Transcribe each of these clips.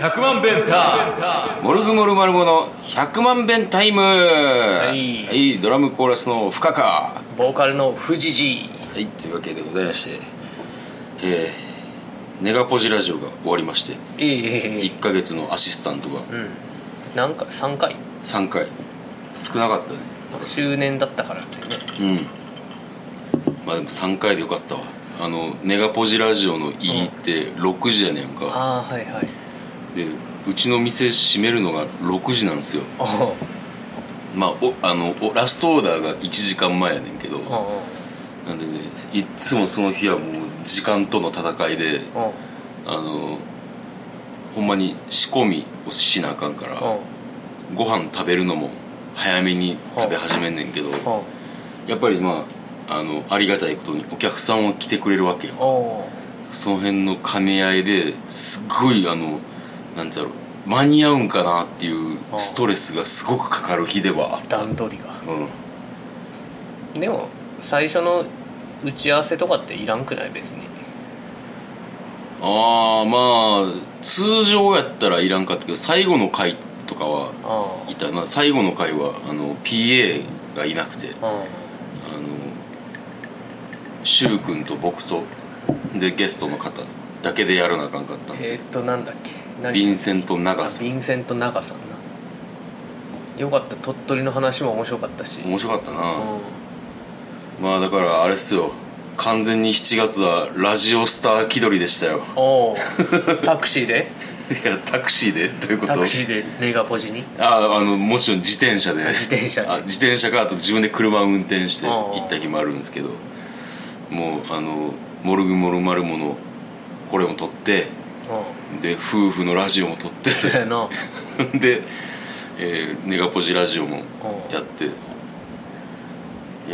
100万弁タイムモルグモルマルモの100万弁タイムはいドラムコーラスの深川はボーカルの藤ジいというわけでございましてえーネガポジラジオが終わりましてええ1ヶ月のアシスタントがうんなんか3回3回少なかったね周年だったからってねうんまあでも3回でよかったわあのネガポジラジオの E って6時やねんかああはいはいでうちの店閉めるのが6時なんですよああまあおあのおラストオーダーが1時間前やねんけどあなんでねいっつもその日はもう時間との戦いであああのほんまに仕込みをしなあかんからあご飯食べるのも早めに食べ始めんねんけどああやっぱりまああのありがたいことにお客さんは来てくれるわけよあその辺の兼ね合いですっごいあのなんちゃろう間に合うんかなっていうストレスがすごくかかる日ではあっあた段取りがうんでも最初の打ち合わせとかっていらんくない別にああまあ通常やったらいらんかったけど最後の回とかはあいたな最後の回はあの PA がいなくてあああの柊君と僕とでゲストの方だけでやらなあかんかったんえでーっとなんだっけ何ヴィンセント・長さんヴィンセント・ナガさんなよかった鳥取の話も面白かったし面白かったな、うまあだからあれっすよ完全に7月はラジオスター気取りでしたよん、おおタクシーでいやタクシーでということタクシーでネガポジにああのもちろん自転車で自転車であ自転車かあと自分で車を運転して行った日もあるんですけどもうあの「モルグモルマルモ」のこれも撮ってうで夫婦のラジオも撮っ んそうやてなで、えーネガポジラジオもやってい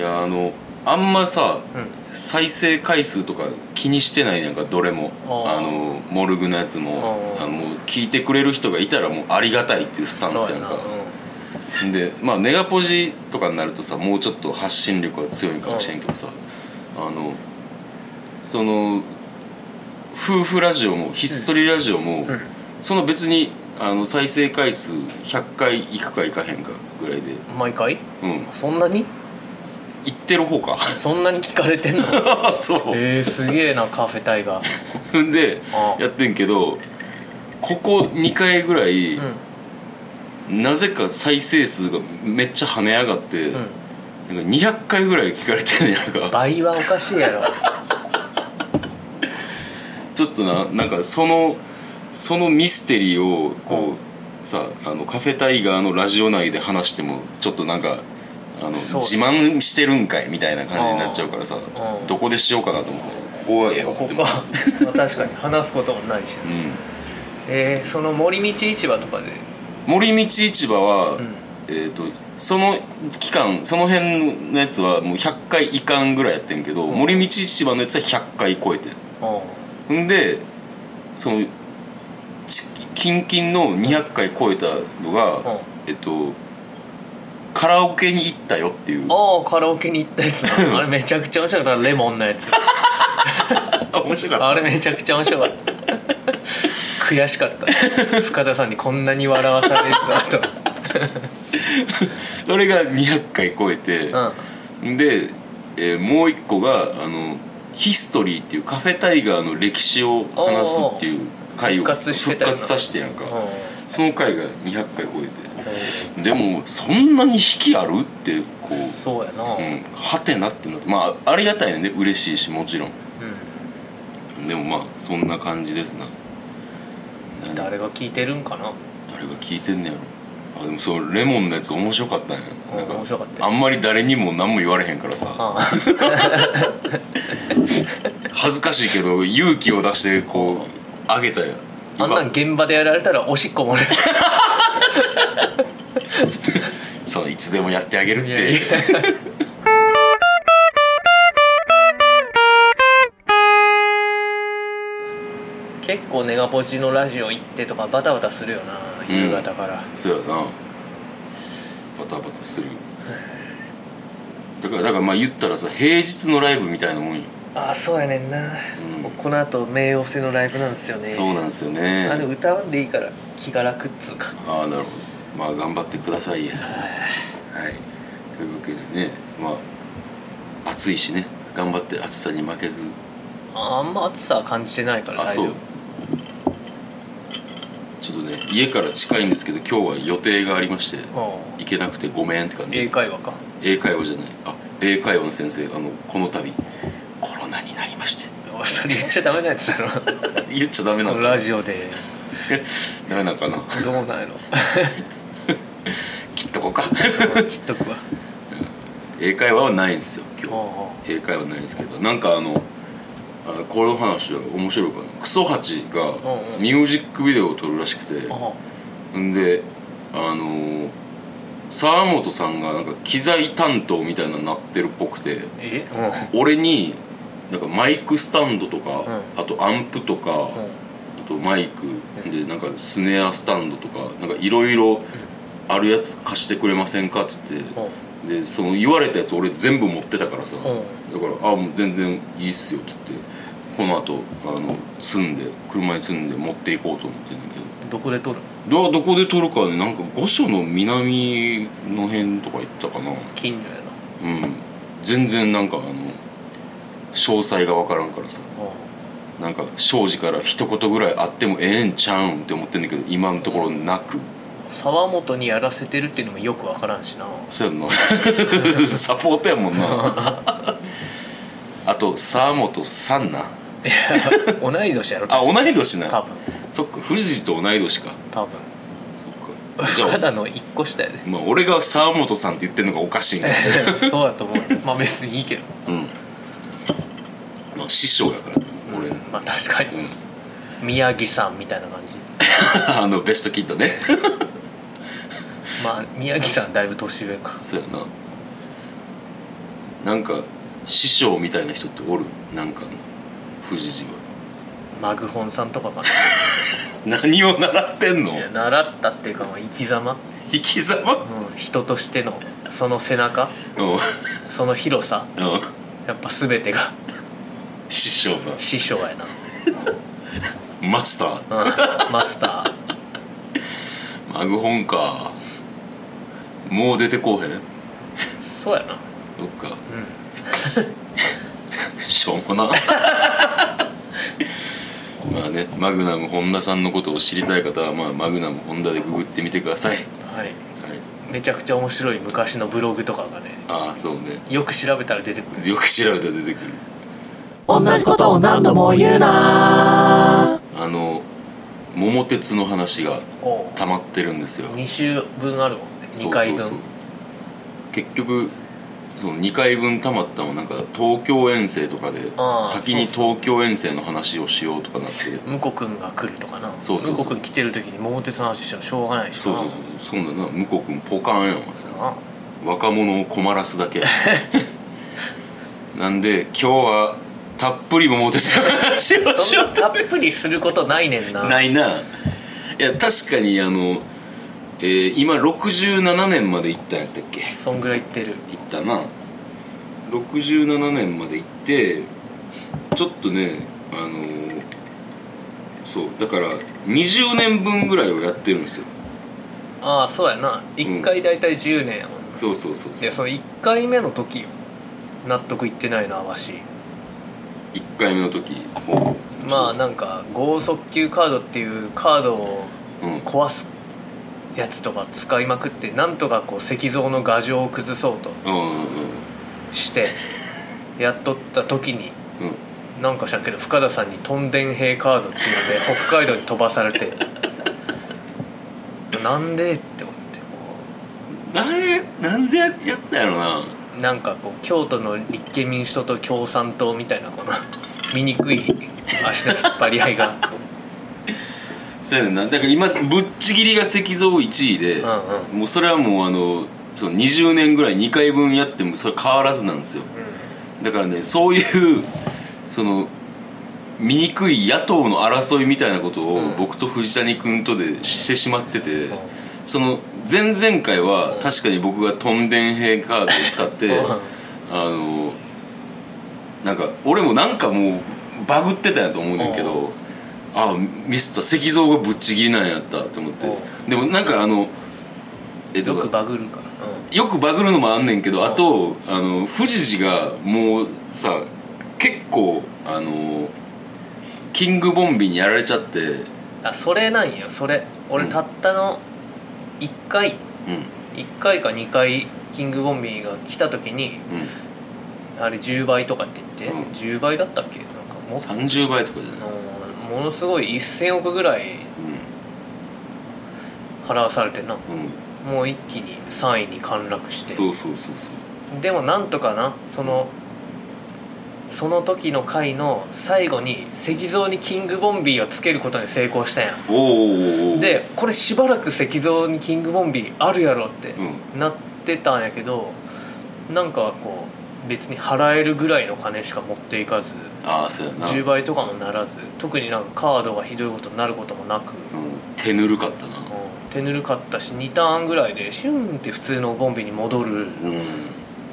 やあのあんまさうん再生回数とか気にしてないなんかどれもあーあのモルグのやつもあーあのもう聞いてくれる人がいたらもうありがたいっていうスタンスやんかそうでまあネガポジとかになるとさもうちょっと発信力は強いんかもしれんけどさあのその夫婦ラジオもひっそりラジオも、うんその別にあの再生回数100回いくかいかへんかぐらいでやな毎回うんそんなに行ってる方か そんなに聞かれてんのそう、えー、すげえなカフェタイガーでああやってんけどここ2回ぐらい、うんなぜか再生数がめっちゃ跳ね上がって、うなんか200回ぐらい聞かれてんねやんんか倍はおかし いやろちょっとななんかそのそのミステリーをこう、うんさあのカフェタイガーのラジオ内で話してもちょっとなんかあのそう自慢してるんかいみたいな感じになっちゃうからさうんどこでしようかなと思ってここはええわここでもかまあ確かに話すこともないしうん、えー、その森道市場とかで森道市場は、うんえー、とその期間その辺のやつはもう100回いかんぐらいやってんけど、森道市場のやつは100回超えてんあんでそのち近々の200回超えたのが、んえっとカラオケに行ったよっていうあカラオケに行ったやつなあれめちゃくちゃ面白かったレモンの やつ 面白あれめちゃくちゃ面白かった悔しかった深田さんにこんなに笑わされるとは とそれが200回超えて、で、えーもう一個があのヒストリーっていうカフェタイガーの歴史を話すっていう回を復活して復たよな活させてやんか、うん、うんその回が200回超えてでもそんなに引きあるってこう、そうやな、ううんん、はてなってなってまあありがたいね嬉しいしもちろんでもまあそんな感じですな誰誰が聞いてるんかな誰が聞いてんねやろあでもそのレモンのやつ面白かったねうんなんか面白かったあんまり誰にも何も言われへんからさあ恥ずかしいけど勇気を出してこうあげたよ ああんなん今現場でやられたらおしっこもら えそのいつでもやってあげるっいやていや結構ネガポジのラジオ行ってとかバタバタするよなうん夕方から、そうやなバタバタするだからだからまあ言ったらさ平日のライブみたいなもんよああそうやねんな、うん僕この後冥王星のライブなんですよねそうなんですよねあの歌わんでいいから気が楽っつうかああなるほどまあ頑張ってくださいやはいというわけでねまあ暑いしね頑張って暑さに負けずあんま暑さは感じてないからあ大丈そう夫ちょっとね家から近いんですけど今日は予定がありましてうん行けなくてごめんって感英じ会話か英会話じゃないあ英会話の先生あのこの度コロナになりましておいそれ言っちゃダメ なやつだろ言っちゃダメなこのかのなラジオで ダメなのかなどうなん やろ切っとこうか 切っとくわ英会話はないんですよ今日あ英会話ないんですけどなんかあのあこの話は面白いかなクソハチがんうんミュージックビデオを撮るらしくてああんであのー沢本さんがなんか機材担当みたいなのなってるっぽくてえ俺になんかマイクスタンドとか、うあとアンプとか、うんうんあとマイクでなんかスネアスタンドとかなんかいろいろあるやつ貸してくれませんかっつってでその言われたやつ俺全部持ってたからさ、うだんから「あもう全然いいっすよ」っつってこの後あの積んで車に積んで持っていこうと思ってるんだけどどこで撮るどどこで撮るかねなんか御所の南の辺とか行ったかな近所やなうん全然なんかあの詳細が分からんからさなんか庄司から一言ぐらいあってもええんちゃうんって思ってんだけど今のところなく沢本にやらせてるっていうのもよくわからんし なそうや んなサポートやもんなあと沢本さんな同い年やろあ同い年な多分そっか富士と同い年か多分そっかたじゃだの一個下や であ、まあ、俺が沢本さんって言ってるのがおか しいんだそうだと思うまあ別にいいけどうんまあ師匠やから俺、 うん、まあ確かに宮城さんみたいな感じあのベストキッドねまあ宮城さんだいぶ年上かそうやななんか師匠みたいな人っておるなんかの富士寺はマグホンさんとかか何を習ってんのないや習ったっていうかまあ生き様、生き様うん、人としてのその背中うんうんその広さやっぱ全てが師匠だ師匠やな、マスターうん、マスタマグホンかもう出てこうへんーそうやなそっかうしょうもな まあねマグナム本田さんのことを知りたい方は、まあ、マグナム本田でググってみてください、はい、んはいめちゃくちゃ面白い昔のブログとかがねああそうねよく調べたら出てくるよく調べたら出てくる同じことを何度も言うなあの桃鉄の話がおう溜まってるんですよ2週分あるもんねそ2うそ回う分そう結局その2回分溜まったのはなんか東京遠征とかでああ先に東京遠征の話をしようとかなって向こう君が来るとかなそうそうそう向こう君来てる時に桃鉄の話してもしょうがないしなそうそうそうそんなな向こう君ポカンやんわそれな若者を困らすだけ なんで今日はたっぷり桃鉄の話をしそよんうなとたっぷりすることないねんなないないや確かにあの、えー今67年まで行ったんやったっけそんぐらい言ってる行ったな67年まで行ってちょっとねあのーそうだから20年分ぐらいをやってるんですよああそうやな1回大体10年やもんな、そうそうそうそうでその1回目の時よ納得いってないなわし1回目の時もうまあなんか剛速球カードっていうカードをうん壊すやつとか使いまくってなんとかこう石像の牙城を崩そうとうんうんうんしてやっとった時にうんなんかしらんけど深田さんに「とんでん兵カー ド」っていうので北海道に飛ばされてなんでって思ってこ誰なんでやったんやろなうなんかこう京都の立憲民主党と共産党みたいなこの醜い足の引っ張り合いがそうやねんなだから今ぶっちぎりが石像1位でうん、うんもうそれはもうあのその20年ぐらい2回分やってもそれ変わらずなんですよだからねそういうその醜い野党の争いみたいなことをうん僕と藤谷君とでしてしまってて、うんその前々回はうん確かに僕が「とんでん兵カード」を使って、うんあのなんか俺もなんかもうバグってたんやと思うねんけどああミスった石像がぶっちぎりなんやったって思ってうでもなんかあのえっよくとバグるからよくバグるのもあんねんけうんどあとあの富士寺がもうさ結構あのキングボンビーにやられちゃってうんあそれなんよそれ俺うんたったの1回1回か2回キングボンビーが来た時にうあれ10倍とかって言って、うん10倍だったっけなんかもん30倍とかじゃないあのものすごい1000億ぐらい払わされてなうんうんもう一気に3位に陥落してそうそうそうそうでもなんとかなそのその時の回の最後に石像にキングボンビーをつけることに成功したやんおーおーおーでこれしばらく石像にキングボンビーあるやろってうなってたんやけどなんかこう別に払えるぐらいの金しか持っていかずああそうやな10倍とかもならず特になんかカードがひどいことになることもなく、うんうん手ぬるかったな手ぬるかったし2ターンぐらいでシュンって普通のボンビに戻るうん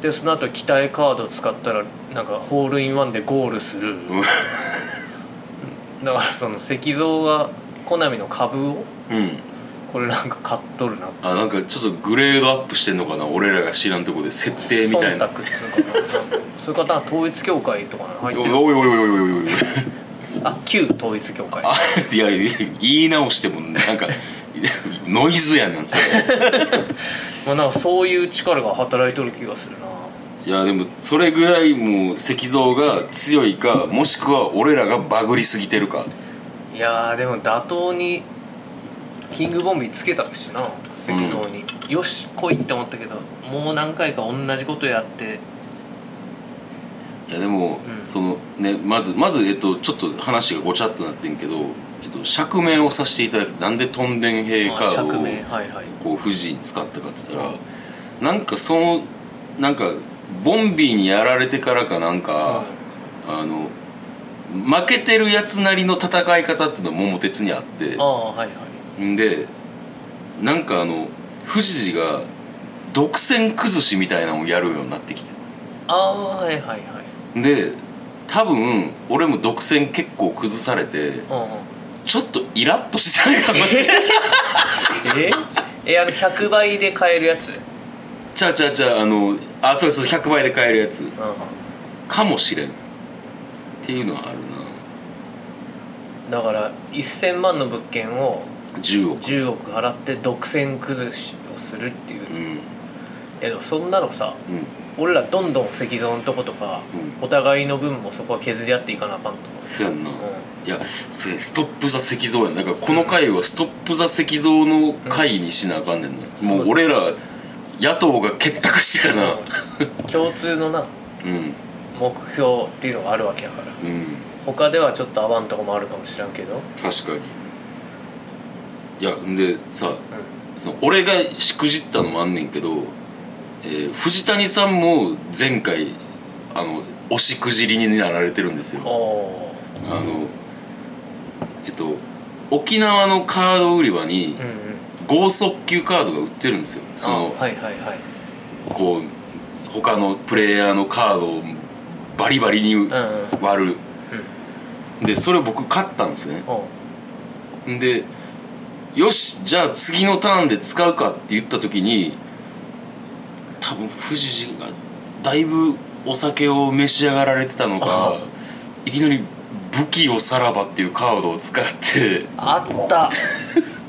でその後機体カード使ったらなんかホールインワンでゴールするうんだからその石像がコナミの株をうんこれなんか買っとるなあなんかちょっとグレードアップしてんのかな俺らが知らんとこで設定みたいな忖度っつうかななんかそういう方は統一教会とかにお入いっおているおいおいおいおいおいあ旧統一教会あいやいや言い直してもなんかノイズやなんさまあなんかそういう力が働いとる気がするないやでもそれぐらいもう石像が強いかもしくは俺らがバグりすぎてるかいやーでも妥当にキングボンビーつけたしな石像に、よし来いって思ったけどもう何回か同じことやっていやでも、うんそのねまずまずえっとちょっと話がごちゃっとなってんけど、えっと、釈明をさせていただくなんでトンデン兵まあカード釈を明はいはいこう富士に使ったかって言ったらなんかそのなんかボンビーにやられてからかなんか、あの負けてるやつなりの戦い方っていうのは桃鉄にあってああはいはいんでなんかあの富士が独占崩しみたいなのをやるようになってきてああはいはいはいで多分俺も独占結構崩されてうちょっとイラッとしたんかもしれないんええあの100倍で買えるやつうんちゃうちゃうちゃうあのあそうそう100倍で買えるやつかもしれんっていうのはあるだから1000万の物件をな10億10億払って独占崩しをするっていううんえでもそんなのさうん俺らどんどん石像のとことか、うんお互いの分もそこは削り合っていかなあかんと思そうやんな、う、いやそれストップ・ザ・石像やんだからこの回はストップ・ザ・石像の回にしなあかんねんな、うんもう俺ら野党が結託してるなうん、共通のなうん目標っていうのがあるわけやからうん他ではちょっと合わんとこもあるかもしらんけど、確かにいやんでさその俺がしくじったのもあんねんけど、えー藤谷さんも前回あのおしくじりになられてるんですよおおあのえっと沖縄のカード売り場にーうんうん剛速球カードが売ってるんですよそあのはいはいはいこう他のプレイヤーのカードをバリバリにうんうん割る、うんでそれを僕買ったんですねおうでよしじゃあ次のターンで使うかって言った時に多分富士がだいぶお酒を召し上がられてたのあかいきなり「武器をさらば」っていうカードを使ってあった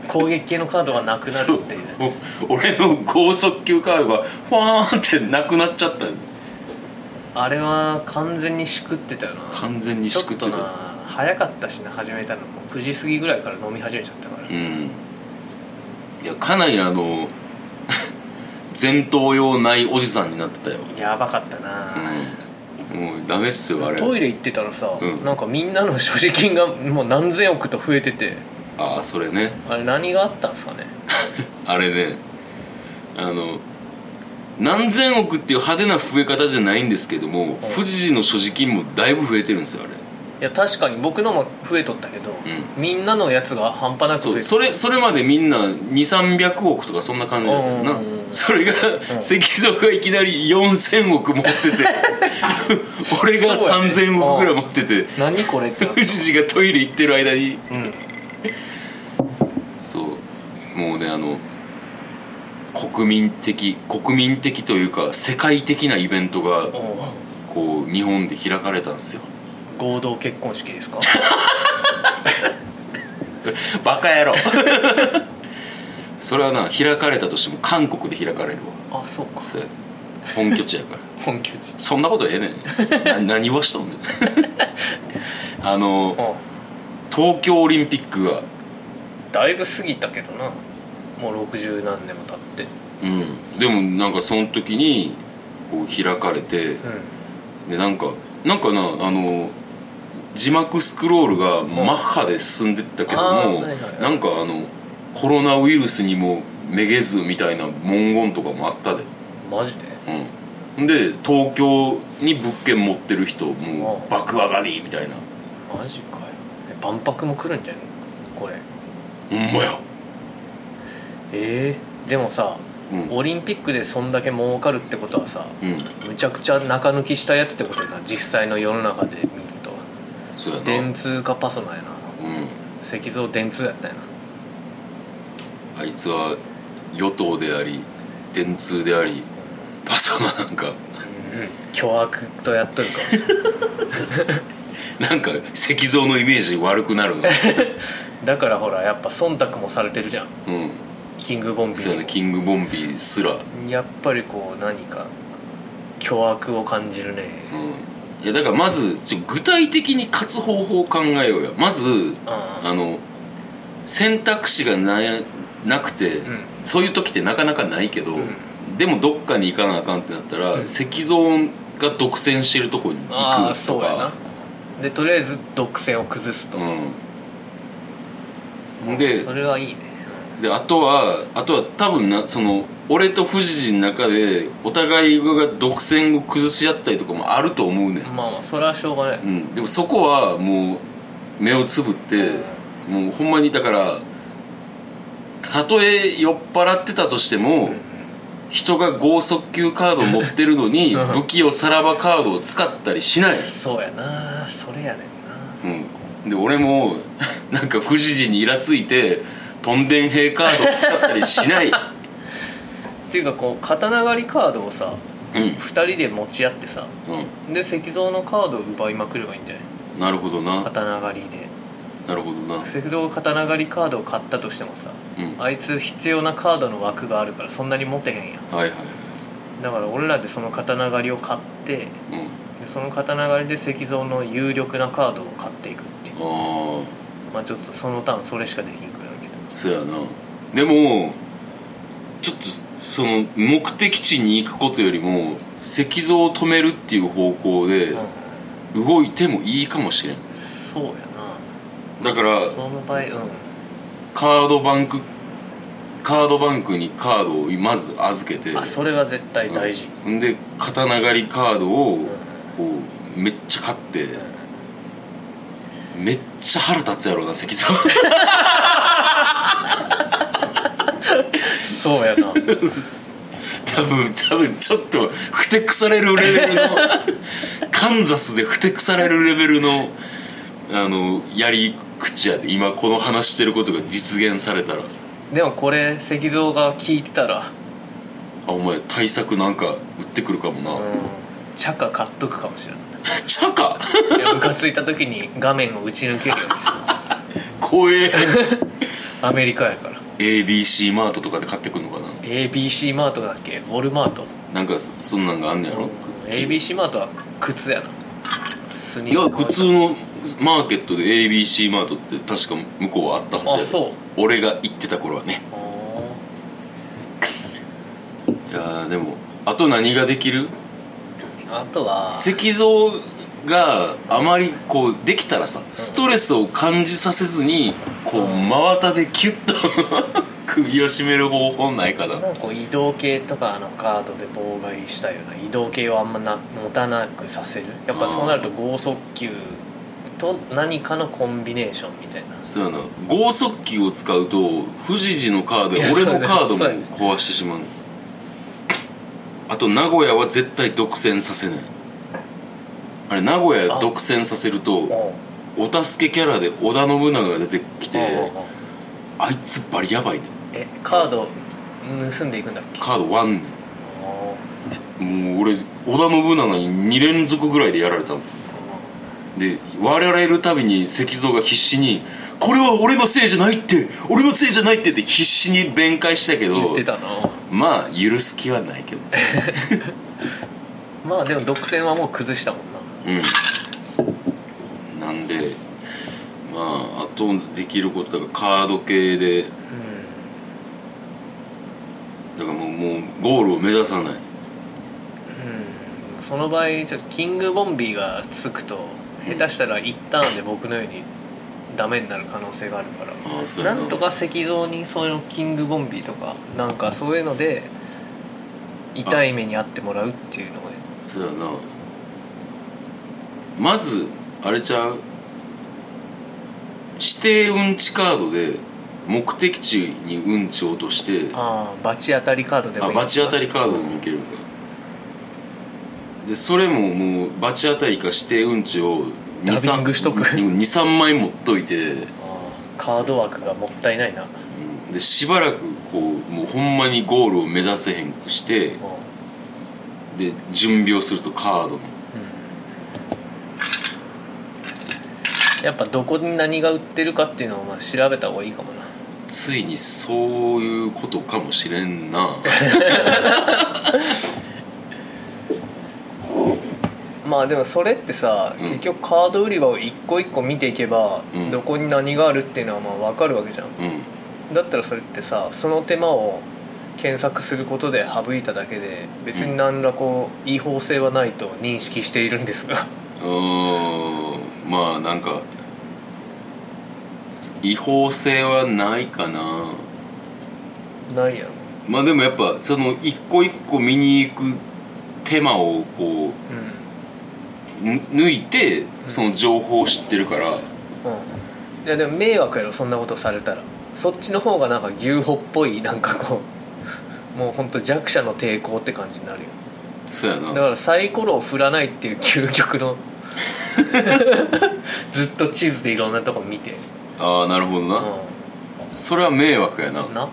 攻撃系のカードがなくなるっていうやつそうお俺の剛速球カードがファーンってなくなっちゃったあれは完全にしくってたよな完全にしくってちょっとなた早かったしな始めたのも9時過ぎぐらいから飲み始めちゃったから、うんいやかなりあの 前頭葉ないおじさんになってたよやばかったな、うんもうダメっすよあれトイレ行ってたらさ、うんなんかみんなの所持金がもう何千億と増えててああそれねあれ何があったんですかねあれねあの何千億っていう派手な増え方じゃないんですけども富士の所持金もだいぶ増えてるんですよあれいや確かに僕のも増えとったけど、んみんなのやつが半端なくそ増えうてそれそれまでみんな2300億とかそんな感じだったよな、うんうんうんそれが、石像がいきなり4000億持 ってて俺がそうやね3000億ぐらい持ってて何これってなった富士がトイレ行ってる間に うんそうもうねあの国民的国民的というか世界的なイベントがおうこう日本で開かれたんですよ合同結婚式ですかバカ野郎 それはな開かれたとしても韓国で開かれるわ あそうかそれ本拠地やから本拠地そんなことええねんな何はしとん ねんあのあ東京オリンピックがだいぶ過ぎたけどなもう60何年も経ってうんでもなんかその時にこう開かれてうでなんかなんかなあの字幕スクロールがマッハで進んでったけどあーも、はいはいはいなんかあのコロナウイルスにもめげずみたいな文言とかもあったでんマジでうんで東京に物件持ってる人もあう爆上がりみたいなマジかよえ万博も来るんじゃないこれほんまやええでもさうんオリンピックでそんだけ儲かるってことはさうんむちゃくちゃ中抜きしたやつってことやな実際の世の中で見るとそうやな電通かパソナやなうん石像電通やったやなあいつは与党であり電通でありパソナなんか凶悪とやっとる かもしれないなんか石像のイメージ悪くな るなだからほらやっぱ忖度もされてるじゃんうんキングボンビそうやーねキングボンビーすらうんにやっぱりこう何か凶悪を感じるねいやだからまずちょ具体的に勝つ方法を考えようやまずああの選択肢がななくて、んそういう時ってなかなかないけど、んでもどっかに行かなあかんってなったら、ん石像が独占してるとこに行くとあかーそうやなでとりあえず独占を崩すと、うんでそれはいいねであとはあとは多分なその俺と富士の中でお互いが独占を崩し合ったりとかもあると思うねん、まあまあそれはしょうがない、うん、でもそこはもう目をつぶってもうほんまにだからたとえ酔っ払ってたとしても、人が剛速球カードを持ってるのにうん武器をさらばカードを使ったりしないです、そうやなそれやねんうん、で俺も なんか富士寺にイラついてとんでん兵カードを使ったりし ない、うなっていうかこう刀狩りカードをさん2人で持ち合ってさうで石像のカードを奪いまくればいいんじゃないん、なるほどな刀狩りでなるほどな、石像が刀狩りカードを買ったとしてもさうん、はあいつ必要なカードの枠があるからそんなに持てへんやんいはい、だから俺らでその刀狩りを買ってうん、でその刀狩りで石像の有力なカードを買っていくっていうあまあちょっとそのターンそれしかできんくなるけどあそやなでもちょっとその目的地に行くことよりも石像を止めるっていう方向でう動いてもいいかもしれんんそうやだからなその場合うんカードバンクカードバンクにカードをまず預けてあそれは絶対大事、うんで刀狩りカードをうんこうめっちゃ買ってめっちゃ腹立つやろうな石像そうやな多分多分ちょっとふてくされるレベ ルのカンザスでふてくされるレベルのあのやり口やで今この話してることが実現されたらでもこれ石像が聞いてたらあお前対策なんか打ってくるかもな、うんチャカ買っとくかもしれなチャカ いでムカついた時に画面を打ち抜けるようにする怖えアメリカやから ABC マートとかで買ってくんのかな ABC マートだっけウォルマートなんかそそんなんがあんねやろ、 ABC マートは靴やなスニいやーカー普通のマーケットで ABC マートって確か向こうはあったはずやあでそう俺が行ってた頃はねあーいやーでもあと何ができるあとは石像があまりこうできたらさストレスを感じさせずにこううん真綿でキュッと 首を絞める方法ないかななんかこう移動系とかのカードで妨害したいような移動系をあんまな持たなくさせるやっぱそうなると剛速球と何かのコンビネーションみたいなそうやな剛速球を使うと富士寺のカードや俺のカードもいやそうやね壊してしまうあと名古屋は絶対独占させないあれ名古屋独占させるとお助けキャラで織田信長が出てきてうんあいつバリやばいねえカード盗んでいくんだっけカードワンねもう俺織田信長に2連続ぐらいでやられたもんで我々いるたびに石像が必死に「これは俺のせいじゃないって俺のせいじゃないって」って必死に弁解したけ言どってたなまあ許す気はないけどまあでも独占はもう崩したもんなうんなんでまああとできることだからカード系でだからもうもうゴールを目指さないうん、その場合ちょっとキングボンビーがつくとうん下手したら1ターンで僕のようにダメになる可能性があるからああそうやなんとか石像にそういうのキングボンビーとかなんかそういうので痛い目に遭ってもらうっていうのがねそうやなまずあれちゃう指定うんちカードで目的地にうんちを落としてああ罰当たりカードでもあいい罰当たりカードに抜けるんかでそれももう罰当たりか指定うんちをダビングしとく23枚持っといて、ああカード枠がもったいないなうんでしばらくこうもうほんまにゴールを目指せへんくしてで準備をするとカードのやっぱどこに何が売ってるかっていうのをまあ調べた方がいいかもなついにそういうことかもしれんなまあでもそれってさ、うん結局カード売り場を一個一個見ていけば、うんどこに何があるっていうのはまあ分かるわけじゃんうんだったらそれってさその手間を検索することで省いただけで別に何らこう違法性はないと認識しているんですがうーんまあなんか違法性はないかなないやろまあでもやっぱその一個一個見に行く手間をこううぬ抜いてその情報を知ってるからんうんいやでも迷惑やろそんなことされたらそっちの方がなんか牛歩っぽいなんかこうもうほんと弱者の抵抗って感じになるよそうやなだからサイコロを振らないっていう究極の ずっと地図でいろんなとこ見て、ああなるほどな、うそれは迷惑やな、ん、なあ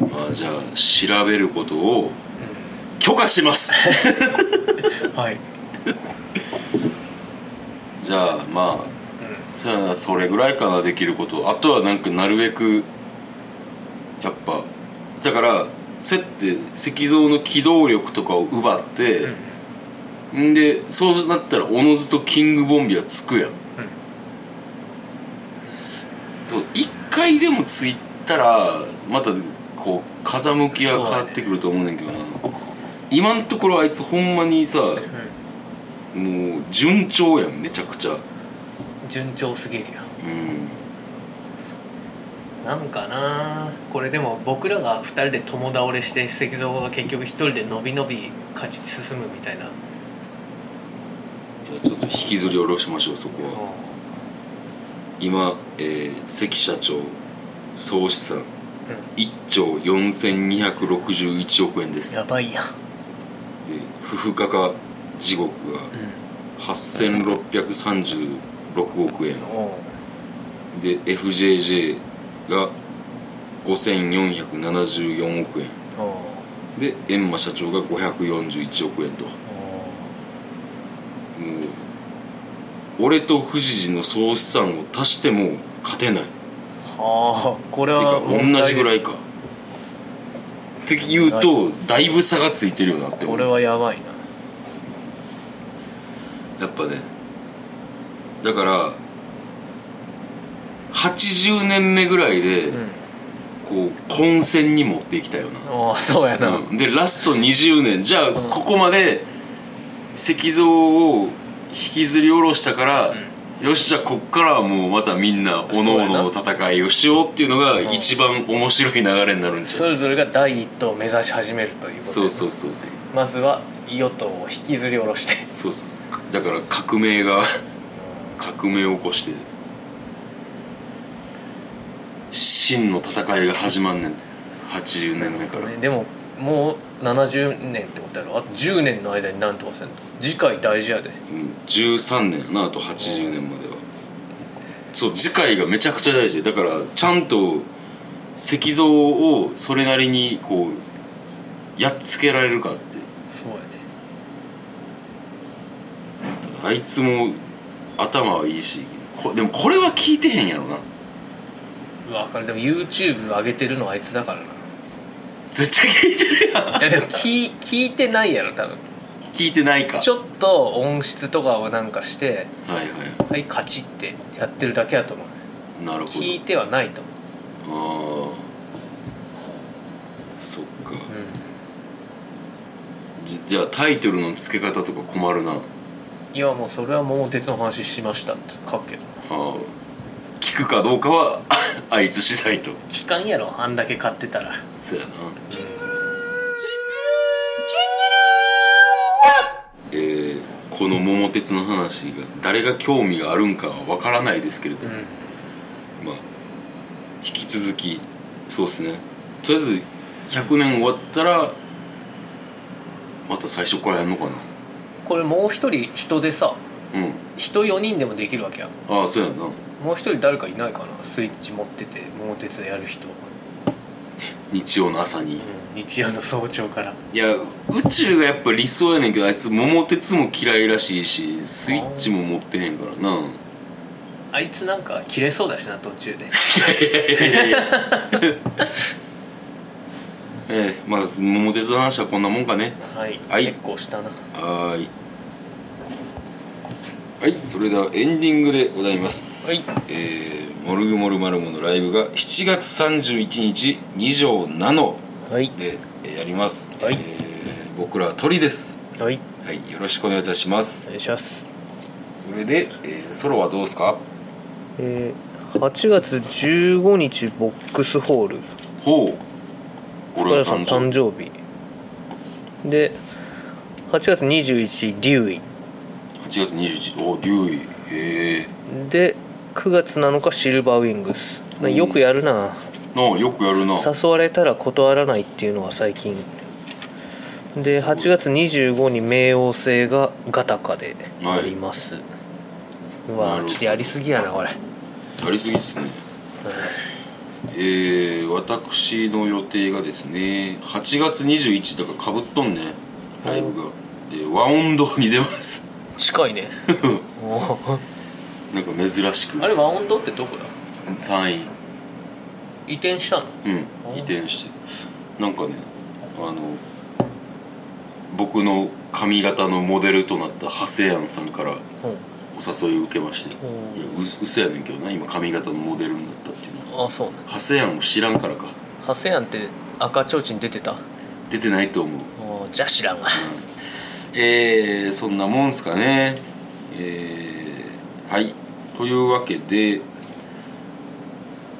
ーじゃあ調べることを許可します はい、じゃあまあそうやなそれぐらいかなできることあとはなんかなるべくやっぱだからそうやって石像の機動力とかを奪って、ん、でそうなったらおのずとキングボンビはつくやん、すそう一回でもついたらまたこう風向きが変わってくると思うねんけどな、今のところあいつほんまにさもう順調やんめちゃくちゃうん、順調すぎるようんなんかなこれでも僕らが2人で共倒れして石像が結局1人で伸び伸び勝ち進むみたいな、いやちょっと引きずり下ろしましょうそこは今、えー関社長総資産1兆4261億円ですやばいやん、で夫婦価格地獄が8636億円おで FJJ が5474億円うおうで閻魔社長が541億円ともう俺と富士寺の総資産を足しても勝てないああこれてかは同じぐらいいかって言うとだいぶ差がついてるよなって思こうれはやばいやなっぱねだから80年目ぐらいで、うんこう混戦に持っていきたいよな、ああそうやな、うんでラスト20年じゃあんここまで石像を引きずり下ろしたから、よしじゃあこっからはもうまたみんなおのおのの戦いをしようっていうのがん一番面白い流れになるんじゃそないれぞれが第一党を目指し始めるということでそうそうそうそうまずは与党を引きずり下ろしてそうそうそうだから革命が 革命を起こして真の戦いが始まんねん80年目から、ねでももう70年ってことやろあと10年の間になんとかせんと次回大事やでうん、13年やなあと80年まではそう次回がめちゃくちゃ大事だからちゃんと石像をそれなりにこうやっつけられるかってそうやあいつも頭はいいしこでもこれは聞いてへんやろなでわかるでも YouTube 上げてるのあいつだからな絶対聞いてるやんいやでも聞い聞いてないやろ多分聞いてないかちょっと音質とかをなんかしてはいははいカチってやってるだけやと思ういなるほ聞いてはないと思うどああそっかじじゃあタイトルの付け方とか困るなあいやもうそれは桃鉄の話しましたって書くけどあ聞くかどうかは あいつ次第と期間やろあんだけ買ってたらそうやなえーこの「桃鉄」の話が誰が興味があるんかは分からないですけれどうんも、まあ引き続きそうですねとりあえず100年終わったらまた最初からやんのかなこれもう一人人でさうん人4人でもできるわけやんああそうやなもう一人誰かいないかなスイッチ持ってて桃鉄やる人、日曜の朝に日曜の早朝からいや宇宙がやっぱ理想やねんけどあいつ桃鉄も嫌いらしいしスイッチも持ってへんからなあいつなんか切れそうだしな途中でええまあ桃鉄の話はこんなもんかねはい、はい結構したなはーいはいそれではエンディングでございますはいえーモルグモルマルモ」のライブが7月31日2条7はいでえーやります、はいえー僕らは鳥ですはいはいよろしくお願いいたします願いしますそれで、えーソロはどうですかえー、8月15日ボックスホールほう小俺は原さん誕生誕生日で8月21日竜医8月21日おう竜医へえで9月7日シルバーウィングスよくやるななあよくやるな誘われたら断らないっていうのが最近で8月25に冥王星がガタカであります、うなるわほどちょっとやりすぎやなこれやりすぎっすねえー、私の予定がですね8月21だからかぶっとんねライブが、えー和音堂に出ます 近いねなんか珍しくあれ和音堂ってどこだ山陰移転したのうん移転してなんかねあの僕の髪型のモデルとなったハセヤンさんからお誘いを受けましていやうんう嘘やねんけどな今髪型のモデルになったっていうのはあそうねハセヤンを知らんからかハセヤンって赤ちょうちん出てた出てないと思うじゃ知らんわえー、そんなもんすかねえーはいというわけで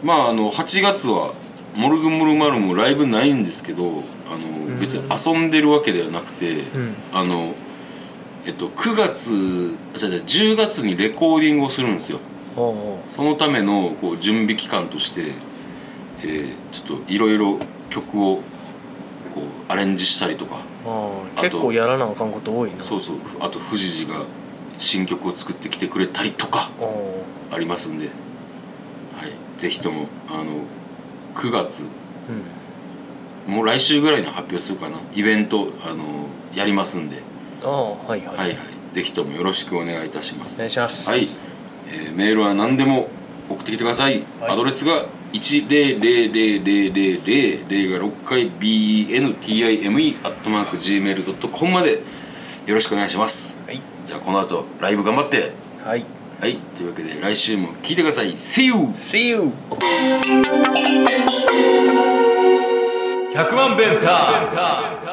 まああの8月は「モルグモルマル」もライブないんですけどあのん別に遊んでるわけではなくて、んあのえっと9月あ違う違う10月にレコーディングをするんですよおうおうそのためのこう準備期間として、えーちょっといろいろ曲をこうアレンジしたりとかあーあと結構やらなあかんこと多いなそうそうあと富士寺が新曲を作ってきてくれたりとかおうありますんで、はい、ぜひともあの9月うもう来週ぐらいには発表するかなイベントあのやりますんで、んああはいはい、はいはい、ぜひともよろしくお願いいたしますお願いしますはい、えーメールは何でも送ってきてください、はいアドレスが1000000が6回 bentime.gmail.com までよろしくお願いしますはいじゃあこの後ライブ頑張ってはいはいというわけで来週も聞いてください See you! See you! 100万ベンター